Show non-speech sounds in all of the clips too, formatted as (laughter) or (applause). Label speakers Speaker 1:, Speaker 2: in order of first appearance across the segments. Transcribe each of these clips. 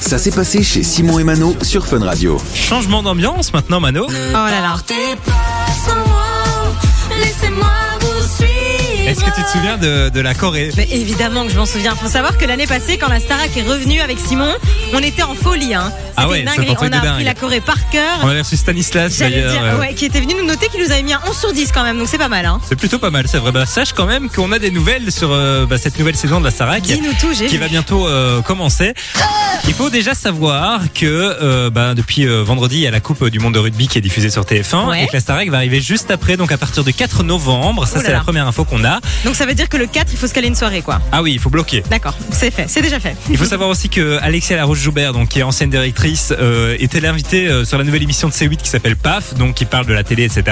Speaker 1: Ça s'est passé chez Simon et Mano sur Fun Radio.
Speaker 2: Changement d'ambiance maintenant, Mano.
Speaker 3: Oh là là.
Speaker 4: Partez pas sans moi, laissez-moi vous suivre.
Speaker 2: Est-ce que tu te souviens de, de la Corée
Speaker 3: Mais évidemment que je m'en souviens. Faut savoir que l'année passée, quand la Starac est revenue avec Simon, on était en folie. Hein.
Speaker 2: Ah
Speaker 3: C'était
Speaker 2: ouais,
Speaker 3: une
Speaker 2: ça
Speaker 3: dinguerie.
Speaker 2: portait
Speaker 3: on a
Speaker 2: des
Speaker 3: appris
Speaker 2: dingues.
Speaker 3: la Corée par cœur.
Speaker 2: On a reçu Stanislas
Speaker 3: J'allais dire,
Speaker 2: d'ailleurs. euh,
Speaker 3: ouais, qui était venu nous noter qu'il nous avait mis un 11 sur 10 quand même, donc c'est pas mal. Hein.
Speaker 2: C'est plutôt pas mal, c'est vrai. Bah, sache quand même qu'on a des nouvelles sur euh, bah, cette nouvelle saison de la Starac
Speaker 3: Dis-nous tout, j'ai
Speaker 2: qui
Speaker 3: vu.
Speaker 2: va bientôt euh, commencer. Il faut déjà savoir que euh, bah, depuis euh, vendredi, il y a la Coupe du Monde de rugby qui est diffusée sur TF1
Speaker 3: Ouais.
Speaker 2: et que la Starac va arriver juste après, donc à partir du 4 novembre.
Speaker 3: Ouh
Speaker 2: Ça,
Speaker 3: là
Speaker 2: c'est la
Speaker 3: là.
Speaker 2: première info qu'on a.
Speaker 3: Donc ça veut dire que le 4, il faut se caler une soirée, quoi.
Speaker 2: Ah oui, il faut bloquer.
Speaker 3: D'accord, c'est fait, c'est déjà fait.
Speaker 2: Il faut savoir aussi que Alexia Laroche-Joubert, donc qui est ancienne directrice, euh, était l'invitée euh, sur la nouvelle émission de C8 qui s'appelle PAF, donc qui parle de la télé, etc.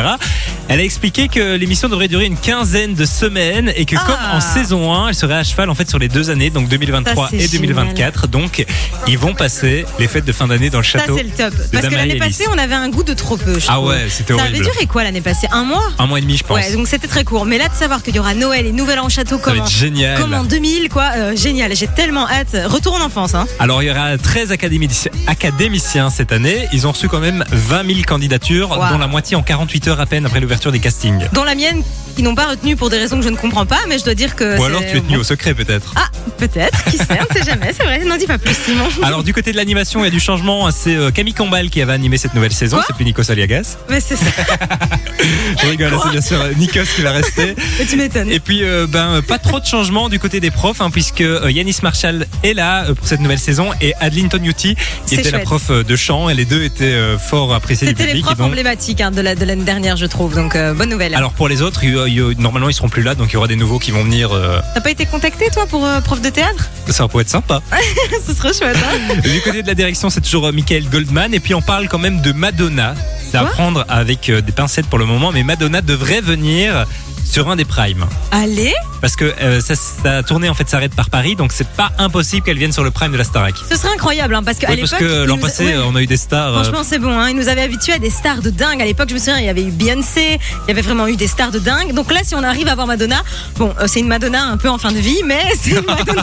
Speaker 2: Elle a expliqué que l'émission devrait durer une quinzaine de semaines et que
Speaker 3: Ah.
Speaker 2: comme en saison 1, elle serait à cheval en fait sur les deux années, donc 2023
Speaker 3: Ça, c'est
Speaker 2: et 2024. Donc ils vont passer les fêtes de fin d'année dans le
Speaker 3: Ça,
Speaker 2: château.
Speaker 3: c'est le top.
Speaker 2: de
Speaker 3: Parce que
Speaker 2: Damarie
Speaker 3: l'année
Speaker 2: Ellis.
Speaker 3: passée, on avait un goût de trop peu. je
Speaker 2: Ah
Speaker 3: trouve.
Speaker 2: ouais, c'était
Speaker 3: Ça avait
Speaker 2: horrible.
Speaker 3: duré quoi l'année passée Un mois
Speaker 2: Un mois et demi, je pense.
Speaker 3: Ouais, donc c'était très court. Mais là, de savoir qu'il y aura Noël et Nouvel An au
Speaker 2: ça
Speaker 3: château,
Speaker 2: va
Speaker 3: comme en,
Speaker 2: être génial.
Speaker 3: comme en 2000, quoi, euh, génial. J'ai tellement hâte. Retour en enfance, hein.
Speaker 2: Alors il y aura 13 académici- académiciens cette année. Ils ont reçu quand même 20 000 candidatures,
Speaker 3: Wow.
Speaker 2: dont la moitié en 48 heures à peine après l'ouverture des castings.
Speaker 3: Dont la mienne, qui n'ont pas retenu pour des raisons que je ne comprends pas, mais je dois dire que.
Speaker 2: Ou
Speaker 3: c'est-
Speaker 2: alors tu es tenu au secret peut-être.
Speaker 3: Ah, peut-être, qui sait, on ne sait jamais, c'est vrai, n'en dis pas plus, Simon.
Speaker 2: Alors du côté de l'animation, il y a du changement. C'est euh, Camille Combal qui avait animé cette nouvelle saison.
Speaker 3: Quoi
Speaker 2: C'est plus Nikos Aliagas.
Speaker 3: (laughs) Mais c'est ça,
Speaker 2: Je rigole, c'est bien sûr euh, Nikos qui va rester.
Speaker 3: mais tu m'étonnes.
Speaker 2: Et puis euh, ben euh, pas trop de changements du côté des profs, hein, puisque euh, Yanis Marshall est là euh, pour cette nouvelle saison et Adeline Tognuti qui
Speaker 3: C'est
Speaker 2: était la
Speaker 3: chouette.
Speaker 2: prof euh, de chant. Et les deux étaient euh, fort appréciés du
Speaker 3: C'était
Speaker 2: public.
Speaker 3: les
Speaker 2: et
Speaker 3: profs
Speaker 2: donc-
Speaker 3: emblématiques hein, de la- de l'année dernière, je trouve, donc euh, bonne nouvelle.
Speaker 2: alors pour les autres, il y a- il y a- normalement ils seront plus là, donc il y aura des nouveaux qui vont venir. euh,
Speaker 3: T'as pas été contacté, toi, pour euh, prof de théâtre (laughs)
Speaker 2: ça pourrait être sympa.
Speaker 3: Ce serait chouette,
Speaker 2: (laughs)
Speaker 3: hein
Speaker 2: Du côté de la direction, c'est toujours euh, Michael Goldman. Et puis on parle quand même de Madonna. C'est à
Speaker 3: Quoi
Speaker 2: prendre avec euh, des pincettes pour le moment, mais Madonna devrait venir sur un des primes.
Speaker 3: Allez,
Speaker 2: Parce que euh, sa, sa tournée en fait s'arrête par Paris, donc c'est pas impossible qu'elle vienne sur le prime de la Starac.
Speaker 3: ce serait incroyable, hein, parce qu'à
Speaker 2: Oui,
Speaker 3: l'époque.
Speaker 2: parce que
Speaker 3: ils
Speaker 2: l'an
Speaker 3: nous-
Speaker 2: passé,
Speaker 3: ouais.
Speaker 2: euh, on a eu des stars. euh,
Speaker 3: Franchement, c'est bon, hein, ils nous avaient habitués à des stars de dingue. À l'époque, je me souviens, il y avait eu Beyoncé, il y avait vraiment eu des stars de dingue. Donc là, si on arrive à voir Madonna, bon, euh, c'est une Madonna un peu en fin de vie, mais c'est une Madonna